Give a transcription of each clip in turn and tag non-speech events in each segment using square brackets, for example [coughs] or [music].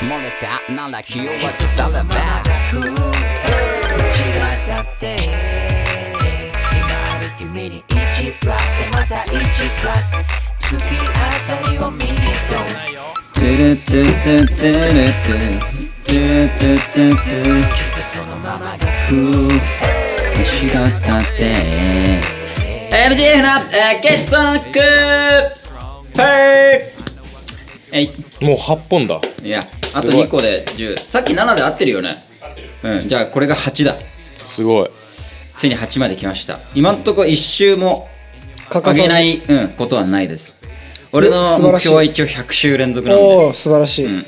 漏れたなら気を渡さればく間違ったって今ある君に1プラスでまた1プラス月あたりを見るてれてててれててれてててときっとそのままがく星が立って MG のえー結束パーえいもう8本だいやあとすごい2個で10さっき7で合ってるよねうんじゃあこれが8だすごいついに8まで来ました今んとこ1周も欠あかさずげない、うん、ことはないです俺おの素晴目らしい標は一応100週連続なんでおお素晴らしい、ん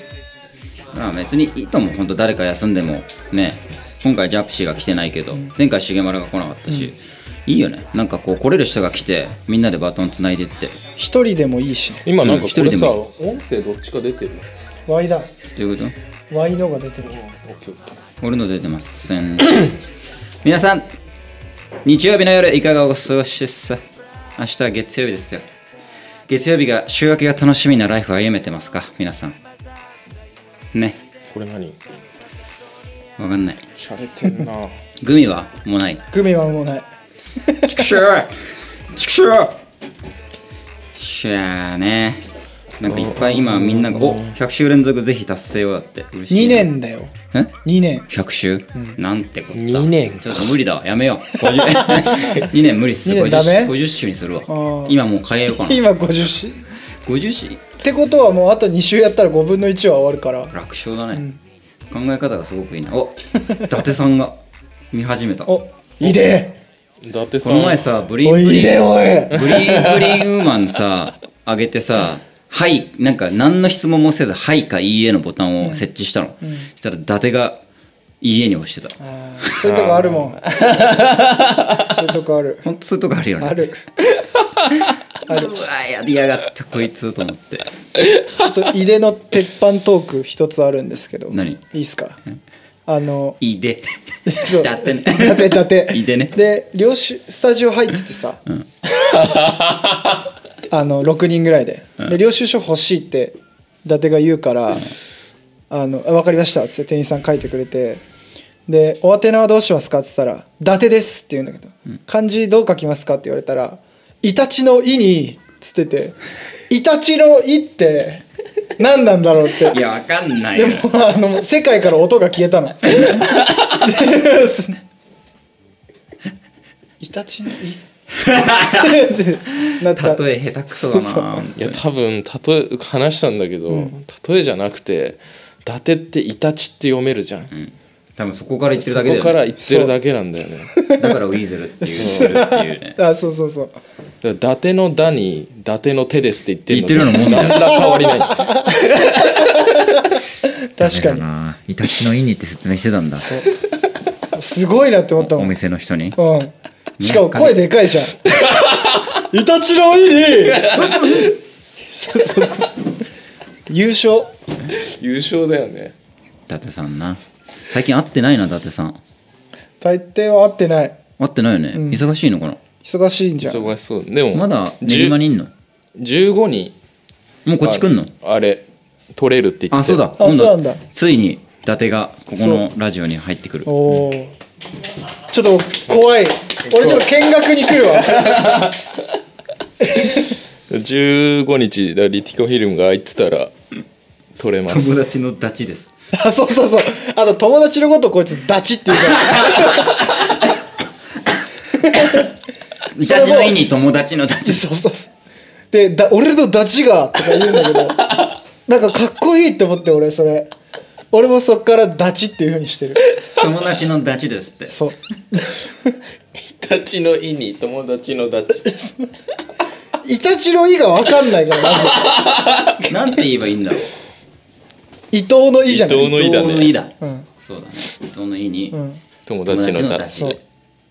まあ別にいいとも本当誰か休んでもね今回ジャプシーが来てないけど前回重丸が来なかったし、いいよねなんかこう来れる人が来てみんなでバトンつないでって一人でもいいしね今なんうんか一こ人れでさ、も音声どっちか出てるワイだというこワイのが出てると俺の出てません [coughs] 皆さん日曜日の夜いかがお過ごしですか明日は月曜日ですよ月曜日が週明けが楽しみなライフ歩めてますか皆さんねこれ何わかんない洒落て [laughs] んなグミはもうないグミはもうないちくし [laughs] ょうちくしょうしゃあねなんかいっぱい今みんながお100週連続ぜひ達成をだって嬉しい2年だよえ2年100週、なんてことだ2年ちょっと無理だわやめよう2 [laughs] 年無理っす二年ダメ 50, 50週にするわー今もう変えようかな今50しっ50週てことはもうあと2週やったら5分の1は終わるから楽勝だね、考え方がすごくいいな [laughs] お伊達さんが見始めたこおいで伊達さんの前さブリンおブいリンいでおブいリーンブリーンウーマンさ上げてさ「はい」なんか何の質問もせず「はい」か「いいえ」のボタンを設置したの、そしたら伊達が「いいえ」に押してたあーそういうとこあるもん [laughs] そういうとこあるほんとそういうとこあるよねあるうわやりやがったこいつと思ってちょっと井出の鉄板トーク一つあるんですけど何いいっすかあの「いいで」そうだってねだてだて井出ねで両手スタジオ入っててさ、あの6人ぐらいで,、で領収書欲しいって伊達が言うから「あのあ分かりました」っつって店員さん書いてくれてで「お宛名はどうしますか?」っつったら「伊達です」って言うんだけど「漢字どう書きますか?」って言われたら「イタチの「イ」に」っつってて「イタチの「イ」って何なんだろうっていやわかんないでよもあの世界から音が消えたの。ですイタチのイってなった。例え下手くそだなそういや多分例え話したんだけど、例えじゃなくて伊達ってイタチって読めるじゃん、多分そこから言ってるそだけだこよからね言ってるだけなんだよだねからウィーゼルっていうっていうねあそうそうそう。だから伊達の「だ」に「伊達の手です」って言ってるの言ってるのもんだよ何ら変わりない [laughs] ダメだ確かに。ないたちの意にって説明してたんだすごいなって思ったもおん。店の人にうん。しかも声でかいじゃん。イタチのイに。そうそうそう。優勝。優勝だよね伊達さんな最近会ってないな伊達さん大抵は合ってない。会ってないよね、忙しいのかな忙しいんじゃん。忙しそうでもまだ練馬10にいんの15にもうこっち来んのああれ取れるって言ってたあそうだあ今そうなん度だついに伊達がここのラジオに入ってくるおお。ちょっと怖い。俺ちょっと見学に来るわ。 15日だリティコフィルムが空いてたら取れます友達のダチですあそうそうそうあと友達のことをこいつダチって言うから伊達の意に友達のダチそうそうそうでだ俺のダチがとか言うんだけどなんかかっこいいって思って俺それ俺もそっからダチっていうふうにしてる友達のダチですってそう友達の意に友達のダチイタチの「イ」が分かんないからまずなんて言えばいいんだろう伊藤の「イ」じゃな伊い藤の意だね伊藤の意だ、んそうだね伊藤の意に、友友達達ののダダチチで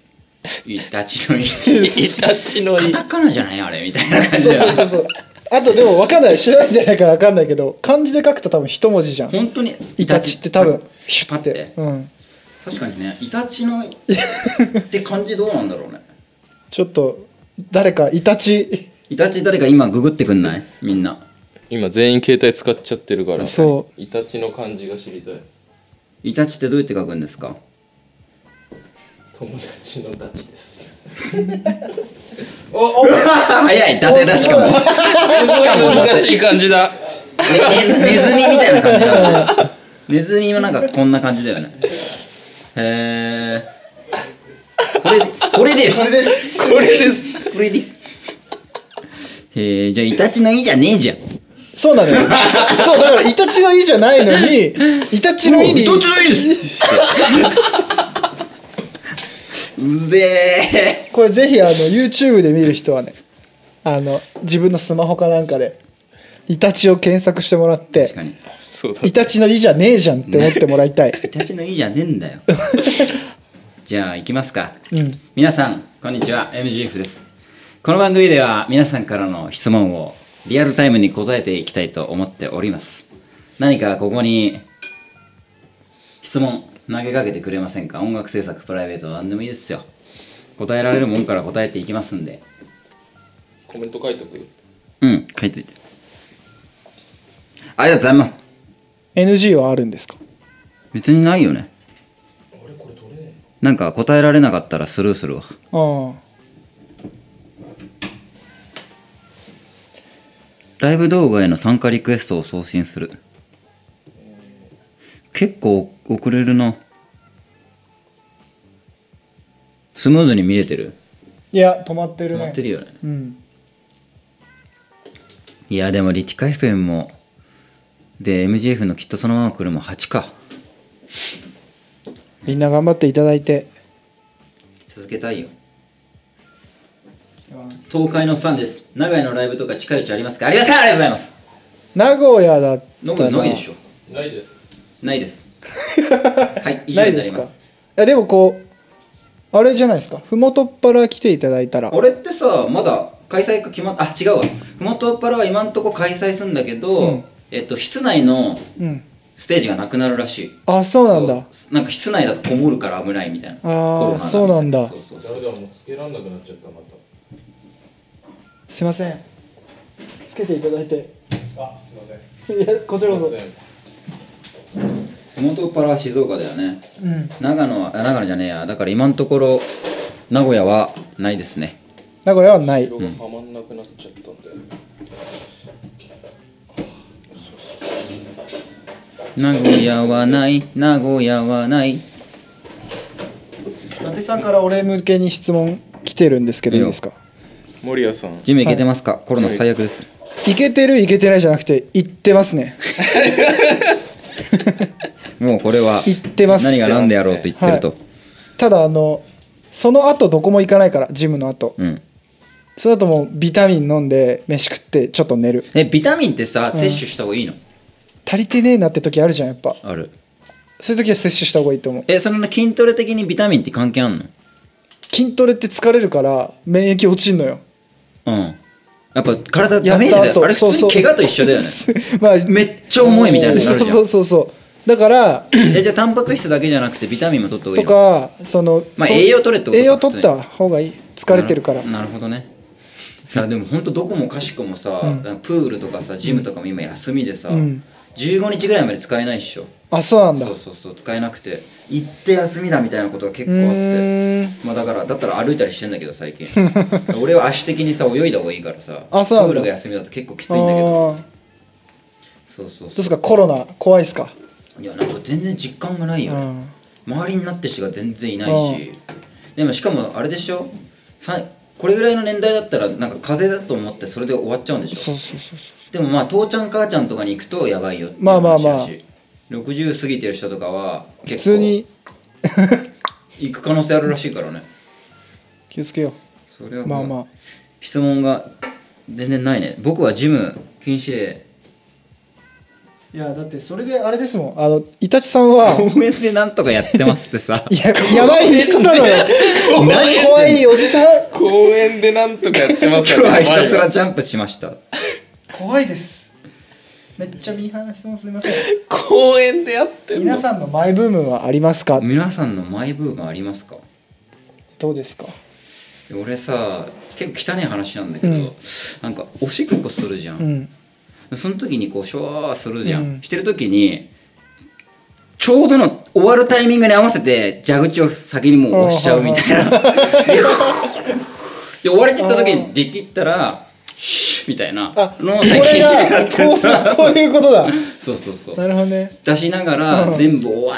[laughs] 伊達の意イタチのカタカナじゃないあれみたいな感じそうでそうそうそうあとでも分かんない知らないんじゃないから分かんないけど漢字で書くと多分一文字じゃん本当にイタチって多分シュパッってて、うん、確かにねイタチのって感じどうなんだろうねちょっと誰かイタチイタチ誰か今ググってくんないみんな今全員携帯使っちゃってるからそイタチの漢字が知りたいイタチってどうやって書くんです [laughs] か友達のダチです早い伊達だしかも難しい漢字だねネズネズミみたいな感じだねネズミもなんかこんな感じだよねへえこれこれですこれですこれですへえじゃあイタチの「い」じゃねえじゃんそうな [laughs] のよそうだからイタチの「い」じゃないのにイタチの「い」にの「い」ですうぜえこれぜひあの YouTube で見る人はねあの自分のスマホかなんかでイタチを検索してもらって確かにそうだイタチの「い」じゃねえじゃんって思ってもらいたい、 [laughs] イタチの「い」じゃねえんだ [laughs] よじゃあ行きますかうん皆さんこんにちは MGF ですこの番組では皆さんからの質問をリアルタイムに答えていきたいと思っております何かここに質問投げかけてくれませんか音楽制作プライベート何でもいいですよ答えられるもんから答えていきますんでコメント書いとくうん書いといてありがとうございます NG はあるんですか別にないよねなんか答えられなかったらスルーするわああライブ動画への参加リクエストを送信する結構遅れるなスムーズに見れてるいや止まってる止まねってるよねうんいやでもリティカ FM もで MGF のきっとそのまま来るも8かみんな頑張っていただいて続けたいよ東海のファンです長屋のライブとか近いうちありますかありませんありがとうございます名古屋だった飲むらないでしょないですないです [laughs] はい以上ないにでなりすまかいすやでもこうあれじゃないですかふもとっぱら来ていただいたら俺ってさまだ開催か決まっあ違うわふもとっぱらは今んとこ開催するんだけど、うんえっと室内のうんステージがなくなるらしいあそうなんだそうなんか室内だとこもるから危ないみたいなあーコロナそうなんだそうそうそう誰だもうつけらんなくなっちゃったまたすいませんつけていただいてあすいませんいやこちらこそふもとっぱらは静岡だよねうん長野はあ長野じゃねえやだから今のところ名古屋はないですね名古屋はない色がはまんなくなっちゃったんだよ、名古屋はない名古屋はない伊達さんから俺向けに質問来てるんですけどいいですか森谷さん準備いけてますか、コロナ最悪ですいけてるいけてないじゃなくて行ってますねもうこれは行ってます何が何でやろうと言ってると、はただあのその後どこも行かないからジムの後うんその後もうビタミン飲んで飯食ってちょっと寝るえビタミンってさ摂取した方がいいの、足りてねえなって時あるじゃんやっぱあるそういう時は摂取した方がいいと思うえその筋トレ的にビタミンって関係あんの筋トレって疲れるから免疫落ちんのようんやっぱ体やダっメージただ後よあれ普そう通そにう怪我と一緒だよね [laughs] まあめっちゃ重いみたいになるじゃんそうそうそうそうだからえじゃあタンパク質だけじゃなくてビタミンも取った方がいといのかその、まあそう栄養取れってことか栄養取った方がいい疲れてるからななるほどねさあでもほんとどこもかしこもさ、なんかプールとかさジムとかも今休みでさ、ん15日ぐらいまで使えないっしょあそうなんだそうそうそう使えなくて行って休みだみたいなことが結構あっうーてまあだからだったら歩いたりしてんだけど最 [laughs] 近俺は足的にさ泳いだ方がいいからさあそうなんだプールが休みだと結構きつあいんだけどーどそうそううそですかコロナ怖いですかういやなんか全然実感がないよ、うん周りになってる人が全然いないしでもしかもあれでしょさこれぐらいの年代だったらなんか風邪だと思ってそれで終わっちゃうんでしょそうそうそうそでもまあ父ちゃん母ちゃんとかに行くとやばいよっていうまあまあ話まあだし60過ぎてる人とかはう普結構通に [laughs] 行く可能性あるらしいからね気をつけよそれはうまあまあ質問が全然ないね僕はジム禁止令いやだってそれであれですもんあのイタチさん [laughs] は公園でなんとかやってますって [laughs] さいややばい人なのよ怖いおじさん公園でなんとかやってます今日から [laughs] はひたすらジャンプしました怖いですめっちゃミーハーな質問すみません公園でやってんの皆さんのマイブームはありますか皆さんのマイブームありますかどうですか俺さ結構汚い話なんだけど、うんなんかおしっこするじゃん、うんその時にこうショーするじゃん、うんしてる時にちょうどの終わるタイミングに合わせて蛇口を先にもう押しちゃうみたいなで終わりって言った時にできったらシュッみたいなあこのをれやがってこうさこういうことだそうそうそうなるほどね出しながら全部終わ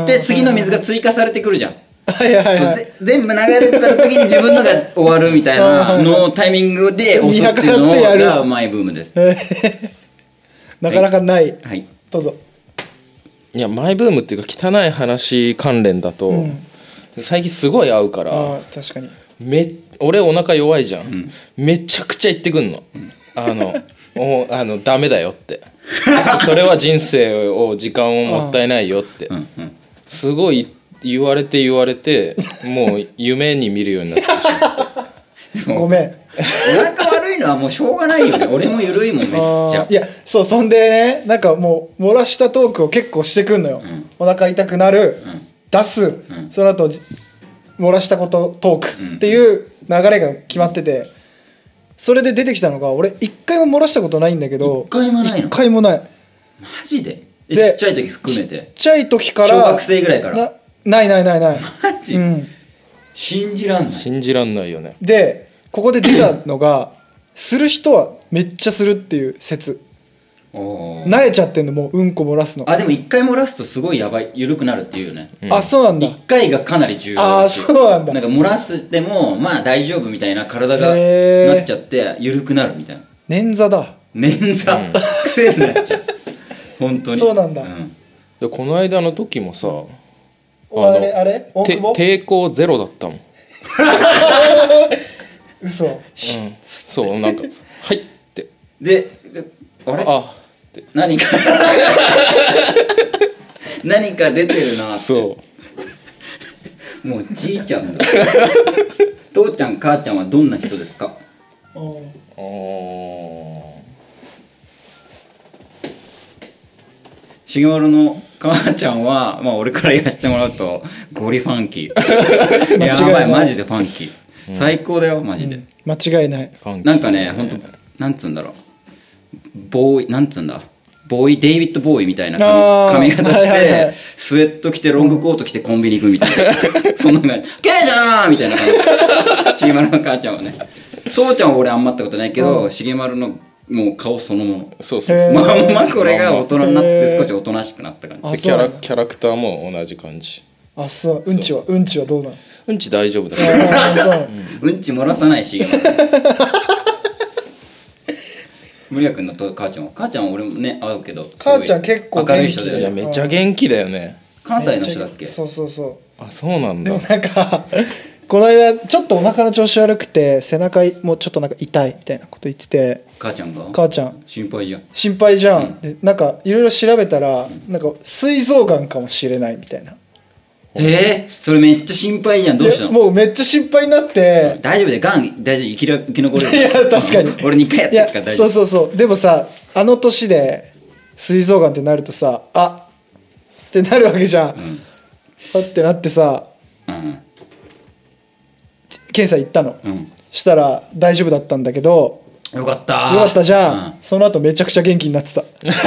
っうてん次の水が追加されてくるじゃんはいはいそうはいぜ全部流れてた時に自分のが終わるみたいなのタイミングで押すっていうの見計らってやるがマイブームですえー [laughs] なかなかない、はいどうぞいやマイブームっていうか汚い話関連だと、うん最近すごい合うからああ確かにめ俺お腹弱いじゃん、めちゃくちゃ言ってくんの、あのおあのダメだよってそれは人生を時間をもったいないよって、うんうんすごい言われて言われてもう夢に見るようになってしまう [laughs] ごめんお腹悪いのはもうしょうがないよね俺も緩いもんめっちあゃーいやそうそんでねなんかもう漏らしたトークを結構してくんのよ、んお腹痛くなる、ん出す、んその後じ漏らしたことトークっていう流れが決まっててそれで出てきたのが俺一回も漏らしたことないんだけど一回もないの一回もないマジでえちでっちゃい時含めてちっちゃい時から小学生ぐらいからなないないないな [laughs] いマジうん信じらんない信じらんないよねでここで出たのがする人はめっちゃするっていう説おー慣れちゃってんのもううんこ漏らすのあ,、あでも一回漏らすとすごいやばい緩くなるっていうよねそうなんだ一回がかなり重要あーだしそうなんだなんか漏らしてもまあ大丈夫みたいな体がへーなっちゃって緩くなるみたいな捻挫だ捻挫、癖になっちゃう本当にそうなんだでこの間の時もさおあれあれ大て久保抵抗ゼロだったもん、 [laughs] 嘘そうなんか「はい」ってでじゃあ「れあ何 [laughs] か何か出てるなってそうもうじいちゃんだ父ちゃん母ちゃんはどんな人ですかうん」あーしげまるの母ちゃんは、まあ、俺から言わせてもらうとゴリファンキー [laughs] 間違いやないばいマジでファンキー、最高だよマジで、間違いないファンキーなんかね本当なんつうんだろうボーイなんつうんだボーイデイビッド・ボーイみたいなあー髪型して、はいはいはいスウェット着てロングコート着てコンビニ行くみたい [laughs] なそんな感じ「ケイちゃん!」みたいな感じしげまるの母ちゃんはね父ちゃんは俺あんま会ったことないけど、しげまるのもう顔そのものそうそうへそうーまんまこれが大人になっへてー少しおとなしくなった感あじでキそャうなんラだキャラクターも同じ感じあそううんちはうんちはど [laughs] うなのうんち大丈夫だよあーそうなの [laughs] うんち漏らさないし無理やくんのと母ちゃんは母ちゃんは俺もね会うけどすごい母ちゃん結構元気明るい人だよいねやめっちゃ元気だよね関西の人だっけそうそうそあそうなんうでだもなんか [laughs] この間ちょっとお腹の調子悪くて背中もちょっとなんか痛いみたいなこと言ってて母ちゃんが母ちゃん心配じゃん心配じゃん、でなんかいろいろ調べたらなんか膵臓がんかもしれないみたいなえー、それめっちゃ心配じゃんどうしたいやのもうめっちゃ心配になって大丈夫でがん大丈夫生きら生き残れるいや確かに俺2回やっいてるから大や丈そう夫そうそうでもさあの年で膵臓がんってなるとさあってなるわけじゃん、あってなってさうん検査行ったの、うんしたら大丈夫だったんだけどよかったよかったじゃん、うその後めちゃくちゃ元気になってたいややっ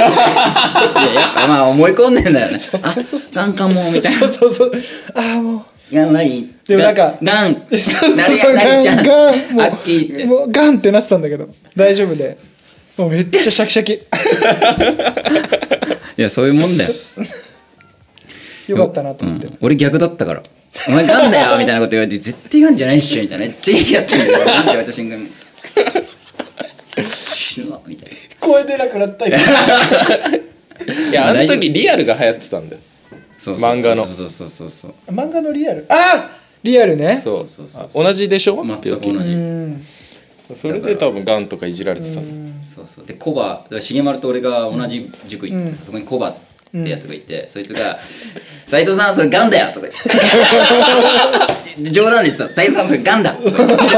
ぱまあ思い込んでんだよねう [laughs] そうそうあがんかもみたいそなう [laughs] そうそうああもうがんないでもなんかがんえ [laughs] そうそうそうなりやなりちゃガンガンもあっきーってうもうガンってなってたんだけど大丈夫でもうめっちゃシャキシャキい [laughs] やそういうもんだよよかったなと思って、うん俺逆だったから「お前ガンだよ」みたいなこと言われて「絶対ガンじゃないっしょ」みたいな「めっちゃいいやつ」みたいなガンって言われた瞬 [laughs] 間に死ぬわみたいな声出なくなった [laughs] 今いやあの大丈夫時リアルが流行ってたんだよそうそうそう漫画のそうそうそうそう漫画のリアルああリアルねそうそうそうそうあ同じでしょ全病く気同じうんそれで多分ガンとかいじられてたのそうそうでコバだから重丸と俺が同じ塾行っててさそこにコバってやつがいてそいつが「斎藤さんそれガンだよ」とか言って冗談ですよ「斎藤さんそれガンだ」とか言ってそし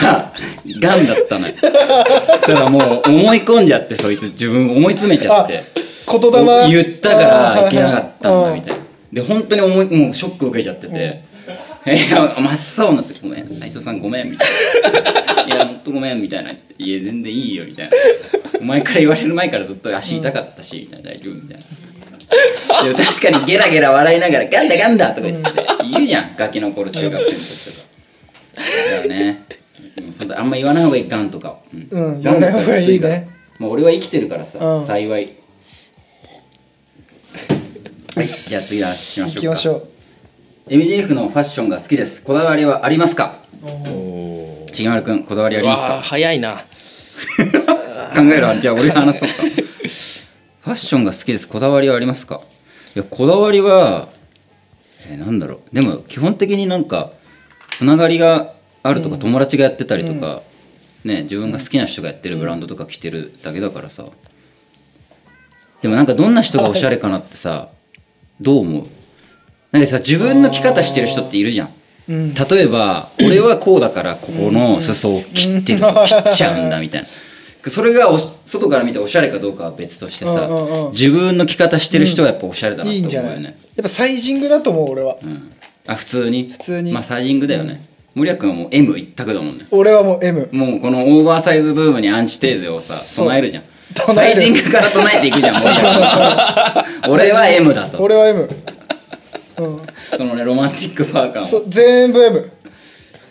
たらガンだったのよそしたらもう思い込んじゃってそいつ自分思い詰めちゃっあて言霊言ったからいけなかったんあーはいだ [laughs] はいみたいなで本当に思いもうショック受けちゃってていや真っ青になってごめん斉藤さんごめんみたいないやほんとごめんみたいないや全然いいよみたいなお前から言われる前からずっと足痛かったしみたいな大丈夫みたいなでも確かにゲラゲラ笑いながらガンダガンダとか言ってて言うじゃんガキの頃中学生の時とかだよねうんそうだあんま言わない方がいいガンとかをうんうん言わない方がいいねもう俺は生きてるからさ、うん幸いはいじゃあ次の話しましょう行かきましょ MGF のファッションが好きですこだわりはありますかちぎまるくんこだわりあうりますわあか早いな考えろじゃあ俺が話そうかファッションが好きですこだわりはありますかいやこだわりは、えーなんだろうでも基本的になんかつながりがあるとか、友達がやってたりとか、ね自分が好きな人がやってるブランドとか着てるだけだからさでもなんかどんな人がおしゃれかなってさどう思うなんかさ自分の着方してる人っているじゃんううん例えば俺はこうだからここの裾を切ってる切っちゃうんだみたいなそれがお外から見ておしゃれかどうかは別としてさうんうんうん自分の着方してる人はやっぱおしゃれだないいんじとゃ思うなよいやっねぱサイジングだと思う俺はうんあ普通に普通にまあサイジングだよね森谷君はもう M 一択だもんね俺はもう M もうこのオーバーサイズブームにアンチテーゼをさそう唱えるじゃん唱サえイるジングから唱えていくじゃん森谷君俺は M だと俺は M うんそのねロマンティックパーカーをそう全部 M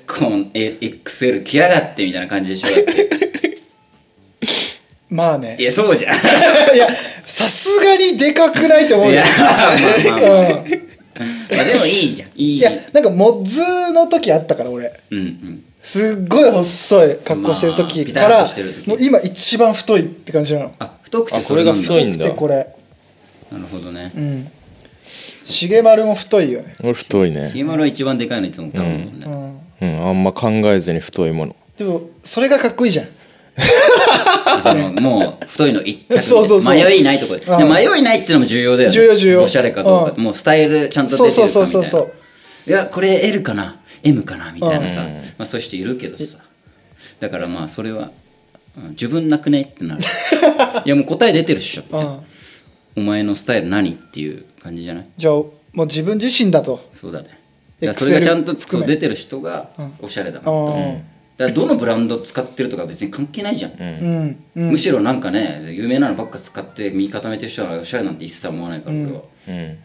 この XL 着やがってみたいな感じでし [laughs] ょだってまあねいやそうじゃん [laughs] いやさすがにでかくないと思ういよや、まあまあまあ、まあうんでもいいじゃん。いいいじゃやん。なんかモッズの時あったから俺うんうん。すっごい細い格好してる時まあかピタッら、としてる時もう今一番太いって感じなのあ、太くてあこれが太いんだでこれなるほどねう。ん重丸も太いよね、俺太いねヒマラは一番でかいのいつも頼むもんうね。ん、うんあんま考えずに太いものでもそれがかっこいいじゃん [laughs] そのもう太いの一択で [laughs] そうそうそう迷いないとこで。でうん迷いないっていうのも重要だよね。重要重要おしゃれかどうか。うんもうスタイルちゃんと出てそうるかそうみたいそうな。そうそういや、これ L かな ?M かなみたいなさ。まあそういう人いるけどさ。だからまあそれは、うん自分なくねって [laughs] なる。いやもう答え出てるっしょみたいな。お前のスタイル何っていう感じじゃないじゃあもう自分自身だとそうだね。だから Excel それがちゃんと含そうめ出てる人がおしゃれだなと思う。うんだからどのブランド使ってるとか別に関係ないじゃん。うんうんむしろなんかね、有名なのばっか使って身固めてる人はおしゃれなんて一切思わないから、俺は。うん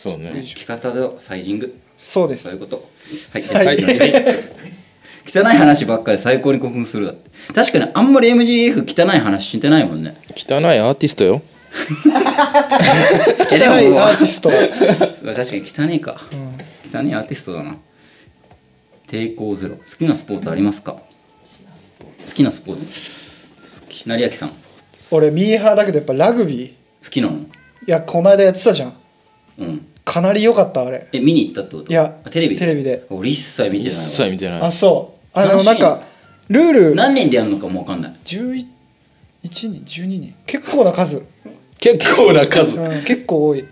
そうね着方とサイジング。そうでそすういうこと。はい。はいはい汚い話ばっかり最高に興奮するだって。確かにあんまり MGF 汚い話してないもんね。 [laughs] 汚いアーティストよ汚汚いアーティスト確かに汚いか、汚いアーティストだな抵抗ゼロ好きなスポーツありますか好きなスポーツ成明さん好俺ミーハーだけどやっぱラグビーいきなのやこの間やってたじゃんうんかなり良かったあれえ見に行ったってこといいやテレビテレビで俺一切見てないわ一切見てないあそうあ楽のしいねなんかルール [laughs] 何人でやるのかもわかんない11人12人結構な数、結構な数うん、結構多い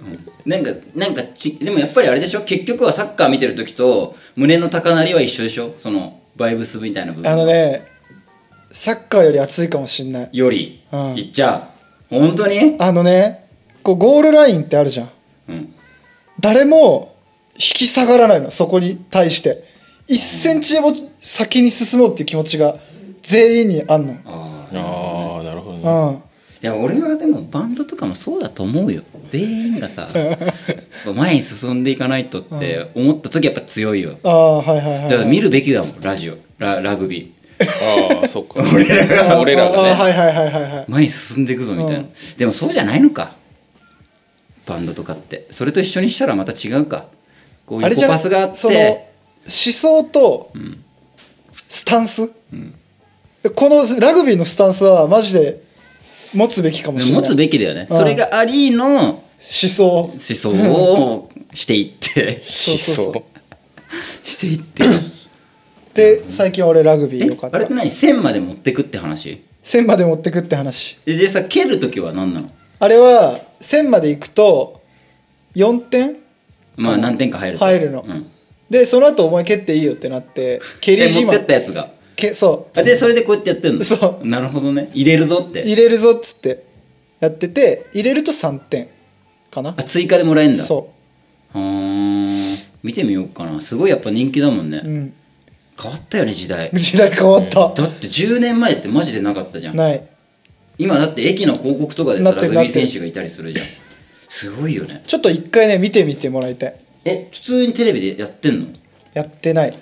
なんかなんかちでもやっぱりあれでしょ結局はサッカー見てる時と胸の高鳴りは一緒でしょそのバイブスみたいな部分あのねサッカーより熱いかもしんないより、うんいっちゃう本当にあのねこうゴールラインってあるじゃんうん誰も引き下がらないのそこに対して1センチでも先に進もうっていう気持ちが全員にあんのああああなるほどねうんいや俺はでもバンドとかもそうだと思うよ全員が [laughs] さ前に進んでいかないとって思った時やっぱ強いよああはいはいはい、はだい、から見るべきだもんラジオララグビああそっか俺らあがー俺らあーがはねいはいはいはいはいー前に進んでいくぞみたいな、うんでもそうじゃないのかバンドとかってそれと一緒にしたらまた違うかこういあれうじコゃなパいスがあっその思て想とんスタンス、このラグビーのスタンスはマジで持つべきかもしれな持いつべきだよね、うんそれがありの思思想想をしていってそうそうそう思想していってで最近俺ラグビーえよかっあたれって何線まで持ってくって話線まで持ってくって話ででさ蹴る時は何なのあれは線まで行くと4点まあ何点か入ると入るのうん、でその後お前蹴っていいよってなって蹴りえ持自ってっ慢たやつがけそあでそれでこうやってやってんのそうなるほどね入れるぞっうて入れるぞっつってやってて入れると3点かなあ追加でもらえんだそうはーん見てみようかなすごいやっぱ人気だもんね、うん変わったよね時代時代変わっただって10年前ってマジでなかったじゃんない今だって駅の広告とかでなさってラるグビーなって選る手がいたりするじゃんすごいよねちょっと一回ね見てみてもらいたいえ普通にテレビでやってんのやってない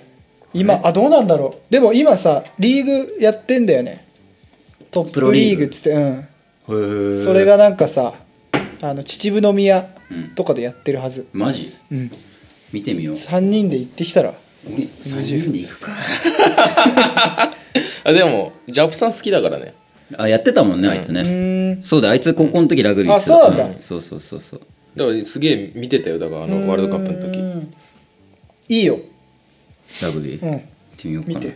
今あどうなんだろうでも今さリーグやってんだよねトッププロリリーーググっつってうへんえそれがなんかさあの秩父宮とかでやってるはず、マジうん、見てみよう3人で行ってきたら俺3人で行くかあでもジャプさん好きだからねあやってたもんねあいつね、うんそうだあいつ高校の時ラグビーしてたあそうなんだそうそうそうそうだからすげえ見てたよだからあのワールドカップの時うんいいよラグビー、うん行ってみようかな見て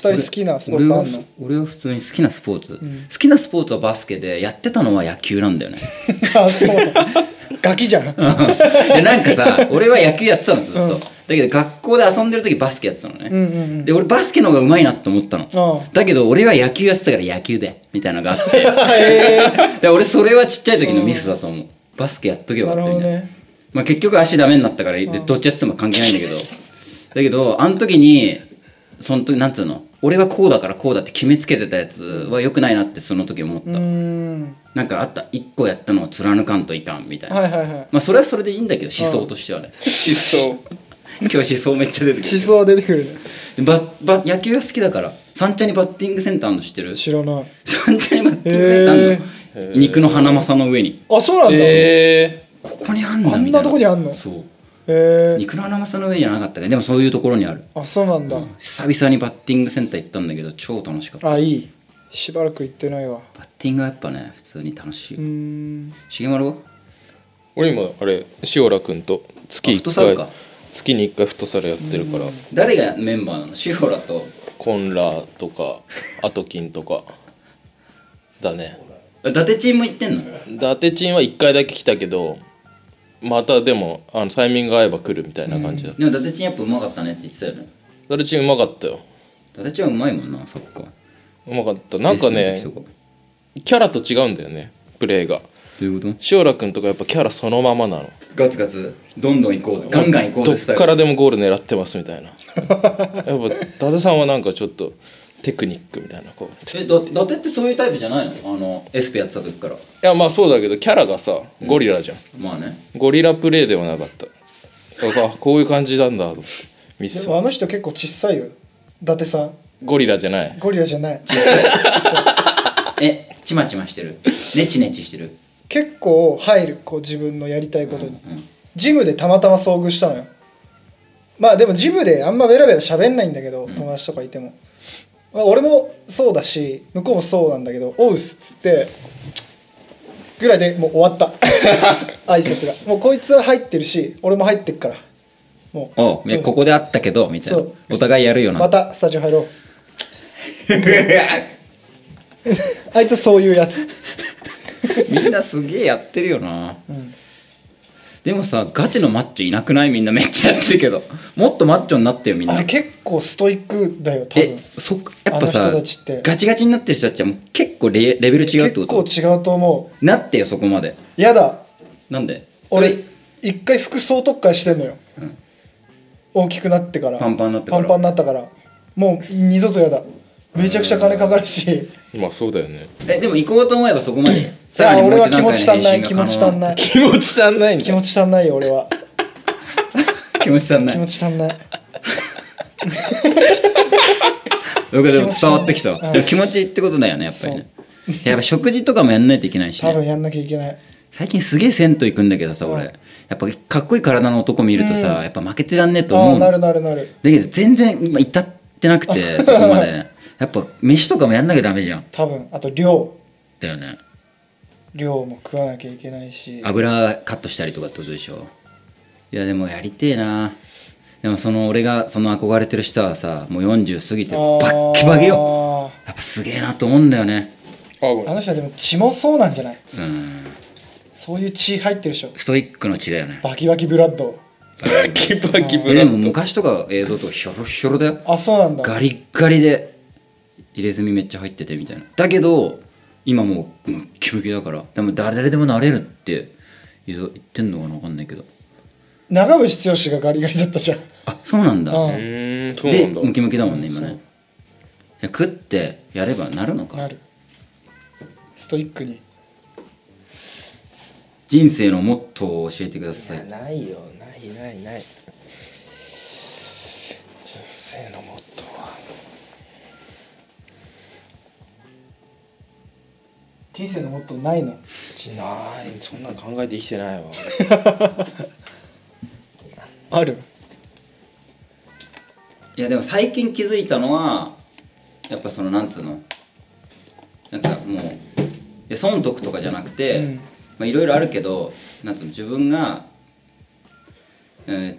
2人好きなスポーツあんの俺俺は俺は普通に好きなスポーツ、好きなスポーツはバスケでやってたのは野球なんだよね [laughs] あそうだガキじゃんでなんかさ俺は野球やってたのずっと、だけど学校で遊んでる時バスケやってたのね、うんうんうんで俺バスケの方が上手いなと思ったのあだけど俺は野球やってたから野球でみたいなのがあ [laughs] ってえで俺それはちっちゃい時のミスだと思うバスケやっとけばよかったみたいななるほどねまあ結局足ダメになったからでどっちやってても関係ないんだけどだけどあの時にその時なんつうの俺はこうだからこうだって決めつけてたやつは良くないなってその時思った、ー、うーんなんかあった一個やったのを貫かんといかんみたいな、はいはいはいまあそれはそれでいいんだけど思想としてはね [laughs] 失踪今日思想めっちゃ出てく思る想は出てくるねでババ野球が好きだから三茶にバッティングセンターあんの知ってる知らない三茶にバッティングセンターあんの肉のハナマサの上にあそうなんだ、ええここにあんだみたいなあんなとこにあんのそうえー肉のハナマサの上じゃなかったけどでもそういうところにあるあそうなんだ、久々にバッティングセンター行ったんだけど超楽しかったあいいしばらく行ってないわバッティングはやっぱね普通に楽しいうーん重丸は俺今あれ塩浦君と月あフットサル1か回月に1回フットサルやってるから誰がメンバーなのシフォラとコンラとかアトキンとかだね伊達チームも行ってんの伊達チンは1回だけ来たけどまたでもあのタイミングが合えば来るみたいな感じだったでも伊達チームやっぱうまかったねって言ってたよね伊達チンうまかったよ伊達チームうまいもんなそっかうまかったなんかねどキャラと違うんだよねプレーがういうこ塩浦君とかやっぱキャラそのままなのとガツガツどんどん行こうぜガンガン行こうどぜっからでもゴール狙ってますみた [laughs] いなやっぱ伊達さんはなんかちょっとテクニックみたいなこうえだ伊達ってそういうタイプじゃないのあのエスペやってた時からいやまあそうだけどキャラがさゴリラじゃん、まあねゴリラプレイではなかったあこういう感じなんだと思ってミでスもあの人結構小さいよ伊達さんゴリラじゃないゴリラじゃないえちまちましてるネチネチしてる結構入るこう自分のやりたいことに、うんジムでたまたま遭遇したのよまあでもジムであんまベラベラ喋んないんだけど、友達とかいても、まあ、俺もそうだし向こうもそうなんだけど「おうっす」っつってぐらいでもう終 [laughs] わった挨拶がもうこいつは入ってるし俺も入ってっからもうおういやここで会ったけどみたいなそうお互いやるよなま [laughs] たスタジオ入ろうあいつそういうやつみんなすげえやってるよな、でもさガチのマッチョいなくないみんなめっちゃやってるけどもっとマッチョになってよみんあなれ結構ストイックだよ多え分そっかやっぱさあの人たちってガチガチになってる人たちはもう結構レレベル違うって結こ構と違うと思なってよそこまでうやだなんでそれ俺一回服装特会してんのよ、大きくなってからパンパンになってからパンパンになったからもう二度とやだめちゃくちゃ金かかるしまあそうだよ [laughs] ねえでも行こうと思えばそこまでいや俺は気持のち足んない返気信持がち可足ん能ない気持ち足んないん気持ちち足んないよ俺は [laughs] 気持ち足んな気い持ち足んない僕でも伝わっ気持ち足んないてきたわでも気持ちってことだよねやっぱりねやっぱ食事とかもやんないといけないしね多分やんなきゃいけない最近すげえ銭湯行くんだけどさ俺やっぱかっこいい体の男見るとさ、やっぱ負けてらんねえとあ思あうなるだなるなるけど全然今至ってなくてそこまで [laughs] やっぱ飯とかもやんなきゃダメじゃん多分あと量だよね量も食わなきゃいけないし油カットしたりとかってことでしょいやでもやりてえなでもその俺がその憧れてる人はさもう40過ぎてあバーッキバキよやっぱすげえなと思うんだよねあごめあんの人はでも血もそうなんじゃないうんそういう血入ってるでしょストイックの血だよねバキバキブラッドバキバキブえラでッもド昔とか映像とかひょろひょろだよあそうなんだガリッガリで入れ墨めっちゃ入っててみたいなだけど今もうムッキムキだからでも誰でもなれるって言う言ってんのかな分かんないけど長渕剛がガリガリだったじゃんあそうなんだううんーんそうでなんだムキムキだもんね今ねいや食ってやればなるのかなるストイックに人生のモットーを教えてくださいないよないないない人生のモットーは人生のモットーないのないそんなん考えて生きてないわあるいやでも最近気づいたのはやっぱそのなんつうのなんかもういや損得とかじゃなくて、うんまあいろいろあるけどなんつうの自分が、えー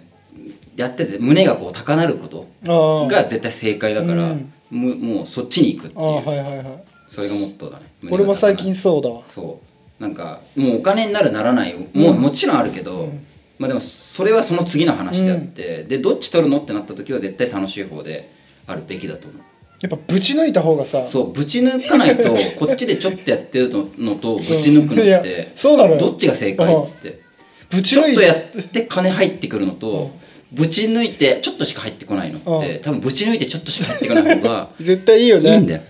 やってて胸がこう高鳴ることああが絶対正解だから、うんむもうそっちに行くってあいう、あはいはいはいそれがモットーだね胸が高鳴俺るも最近そうだわそうなんかもうお金になるならないも,、うもちろんあるけど、まあでもそれはその次の話であって、でどっち取るのってなった時は絶対楽しい方であるべきだと思うやっぱぶち抜いた方がさそうぶち抜かないとこっちでちょっとやってるのとぶち抜くのいやってそうだろうよどっちが正解っつってぶちちょ抜っいとたやって金入ってくるのと、ぶち抜いてちょっとしか入ってこないのって、う多分ぶち抜いてちょっとしか入ってこない方が絶対いいよいねいんだよ、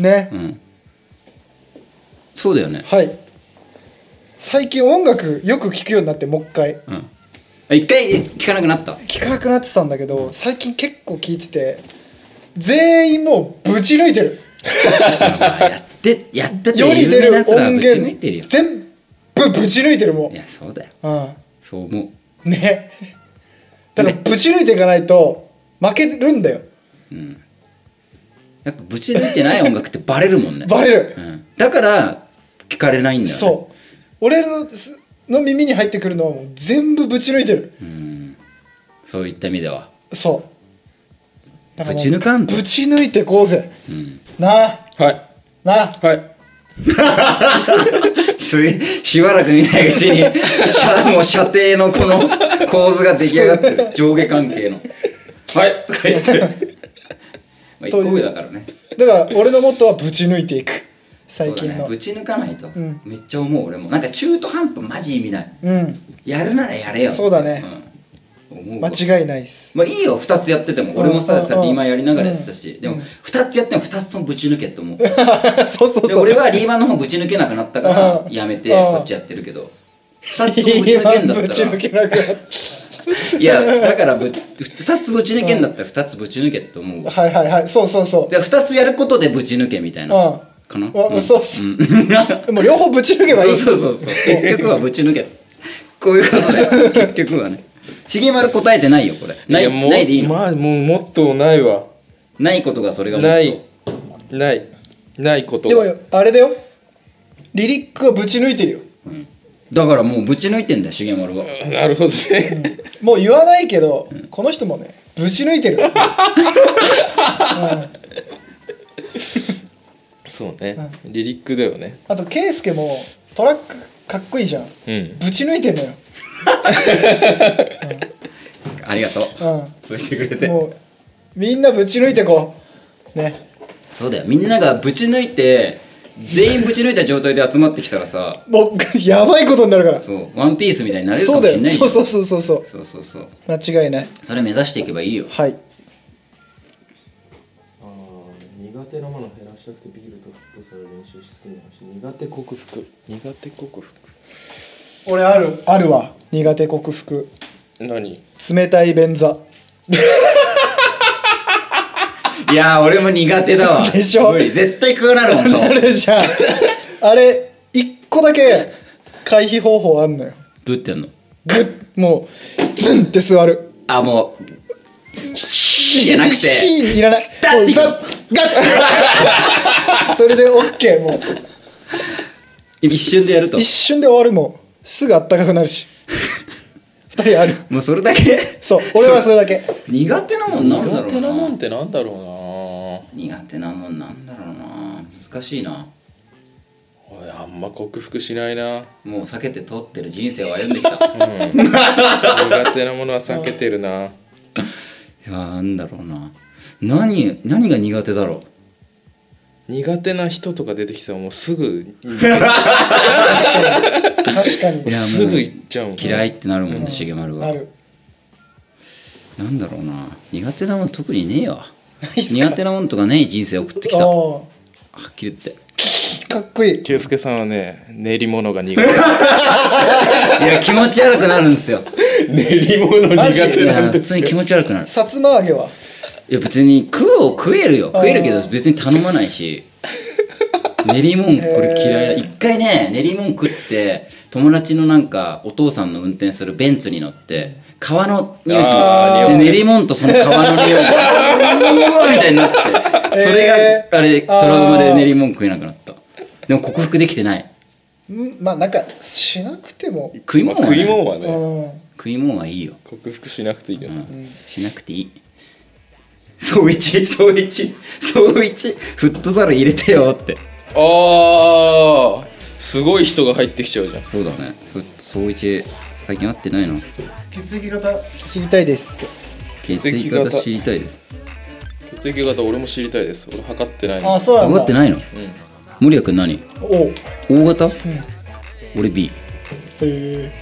ね、うん、そうだよねはい最近音楽よく聴くようになってもう一回うんあ一回聞かなくなった聴かなくなってたんだけど最近結構聴いてて全員もうぶち抜いてるまあやってやってって世に出るぶ音ち抜い源てるよ全部ぶち抜いてるもいやそうだよう、うん、そう思うねだからぶち抜いていかないと負けるんだよやっぱぶち抜いてない音楽ってバレるもんねバレるうん、だから聞かれないんだよ、ね、そう俺のすの耳に入ってくるのはもう全部ぶち抜いてるそういった意味ではそうだもうぶち抜かんとぶち抜いてこうぜ、んなあはいなあはいすしばらく見ないう [laughs] ちにしゃもう射程のこの構図が出来上がってる上下関係のはいとか言って [laughs] まあ一個上だからねだから俺のモットーはぶち抜いていく最そう近だねのう,、ぶち抜かないと、んめっちゃ思う俺もなんか中途半端マジ意味ないんやるならやれよそうだね、うん思うこと間違いないっす [laughs] まあいいよ2つやってても俺もうんさうんさリーマンやりながらやってたしでも2つやっても2つともぶち抜けって思うでそうそうそう俺はリーマンの方ぶち抜けなくなったからうんやめてうんこっちやってるけど2つともぶち抜けんだ今っぶちたら抜けなくなっいやだからぶ2つぶち抜けんだったら2つぶち抜けって思うわたはいはいはいそうそうそうで2つやることでぶち抜けみたいなうんかなあうんそうっすうんそもう両方ぶち抜けばいいうそうそうそう結局はぶち抜けこういうことで結局はね重丸答えてないよこれないやもうないでいいのまあもうモットーないわないことがそれがもっとないないないことでもあれだよリリックはぶち抜いてるよだからもうぶち抜いてんだよ重丸は [laughs] なるほどねもう言わないけど、この人もねぶち抜いてるそうねリリックだよねあとケイスケもトラックかっこいいじゃん、うんぶち抜いてんのよ、ありがとううそう言ってくれん、てもうみんなぶち抜いてこうねそうだよみんながぶち抜いて全員ぶち抜いた状態で集まってきたらさもう [laughs] やばいことになるからそうワンピースみたいになれるかそうもしだれよないそううそうそうそうそうそうそうそう間違いないそれ目指していけばいいよはい苦手なもの減らしたくてビールとフットサル練習しすぎないし苦手克服苦手克服俺あるあるわ苦手克服何冷たい便座いやー俺も苦手だわでしょ無理絶対食うなるもんあそうれじゃんあれ一個だけ回避方法あんのよどうやってんのグッもうズンって座るあもうじゃなくてシーンいらないだもってうザッガッそれでオッケーもう一瞬でやると一瞬で終わるもうすぐあったかくなるし二人あるもうそれだけそう俺はそれだけ苦手なもんなんだ苦ろう手なもんっなてなんだろう苦手なもんなんだろうな難しいなな俺あんま克服しないなもう避けて通ってる人生を歩んできた苦手なものは避けてるないやーなんだろうな何何が苦手だろう苦手な人とか出てきたらもうすぐ確かにいやもうすぐ行っちゃうもん嫌いいってなるもんね重丸はなるなんだろうな苦手なもん特にねえわないっすか苦手なもんとかねえ人生送ってきたあはーっきり言ってかっこいい圭介さんはね練り物が苦手いや気持ち悪くなるんですよ練り物苦い手やな普んで通に気持ち悪くなるさつま揚げはいや別に食うを食えるよ食えるけど別に頼まないし練り物これ嫌いだ一回ね練り物食って友達のなんかお父さんの運転するベンツに乗って川の匂いするあのーで練り物とその川の匂いがうわーみたいになってそれえーがあれトラウマで練り物食えなくなったでも克服できてないんまあなんかしなくても食いまあ物は食いね物はうねん食い物はいいよ克服しなくていいようねんしなくていい総一総一総一フットサル入れてよってああすごい人が入ってきちゃうじゃんそうだねフット総一最近会ってないの血液型知りたいですって血液型知りたいです血液型俺も知りたいです俺測ってないあのあそうなん分だかってないの森谷君何おう O 型俺 B へ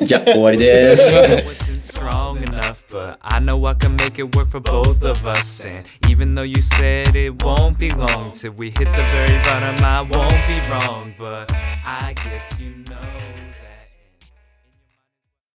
じゃあ終わりです wasn't strong enough, but I know I can make it work for both of us. And even though you said it won't be long till we hit the very bottom, I won't be wrong, but I guess you know that.